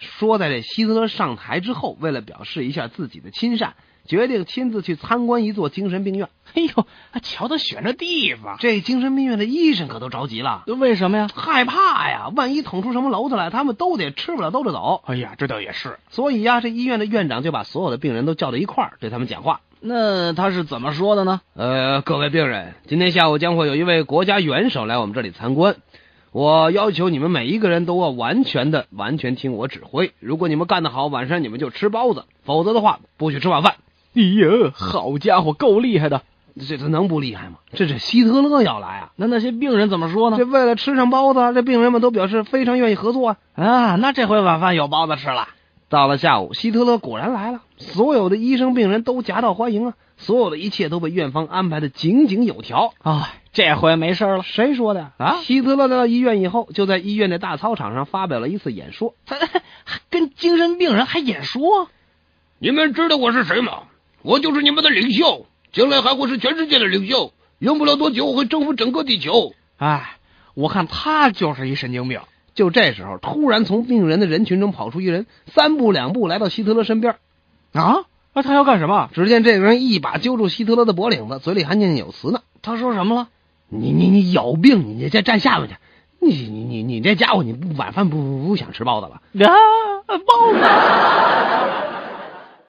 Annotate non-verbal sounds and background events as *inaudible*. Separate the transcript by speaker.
Speaker 1: 说在这希特勒上台之后，为了表示一下自己的亲善，决定亲自去参观一座精神病院。
Speaker 2: *laughs* 哎呦，还瞧他选这地方，
Speaker 1: 这精神病院的医生可都着急了，
Speaker 2: 为什么呀？
Speaker 1: 害怕呀，万一捅出什么娄子来，他们都得吃不了兜着走。
Speaker 2: 哎呀，这倒也是。
Speaker 1: 所以呀，这医院的院长就把所有的病人都叫到一块儿，对他们讲话。
Speaker 2: 那他是怎么说的呢？
Speaker 1: 呃，各位病人，今天下午将会有一位国家元首来我们这里参观。我要求你们每一个人都要完全的、完全听我指挥。如果你们干得好，晚上你们就吃包子；否则的话，不许吃晚饭。
Speaker 2: 哎呀， *laughs* 好家伙，够厉害的！
Speaker 1: 这这能不厉害吗？这是希特勒要来啊！
Speaker 2: 那那些病人怎么说呢
Speaker 1: 这？为了吃上包子，啊这病人们都表示非常愿意合作啊。
Speaker 2: 啊，那这回晚饭有包子吃了。
Speaker 1: 到了下午，希特勒果然来了，所有的医生、病人都夹道欢迎啊！所有的一切都被院方安排的井井有条。
Speaker 2: 啊，这回没事儿了。
Speaker 1: 谁说的
Speaker 2: 啊
Speaker 1: 希特勒来到医院以后，就在医院的大操场上发表了一次演说。
Speaker 2: 他 *laughs* 还跟精神病人还演说？
Speaker 3: 你们知道我是谁吗？我就是你们的领袖，将来还会是全世界的领袖。用不了多久，我会征服整个地球。
Speaker 2: 哎，我看他就是一神经病。
Speaker 1: 就这时候，突然从病人的人群中跑出一人，三步两步来到希特勒身边。
Speaker 2: 啊？那他要干什么？
Speaker 1: 只见这个人一把揪住希特勒的脖领子，嘴里还念念有词呢
Speaker 2: 他说什么了？：“
Speaker 1: 你你你有病！你这站下面去！你你你你这家伙，你不晚饭不不不想吃包子了？”
Speaker 2: 啊，包子。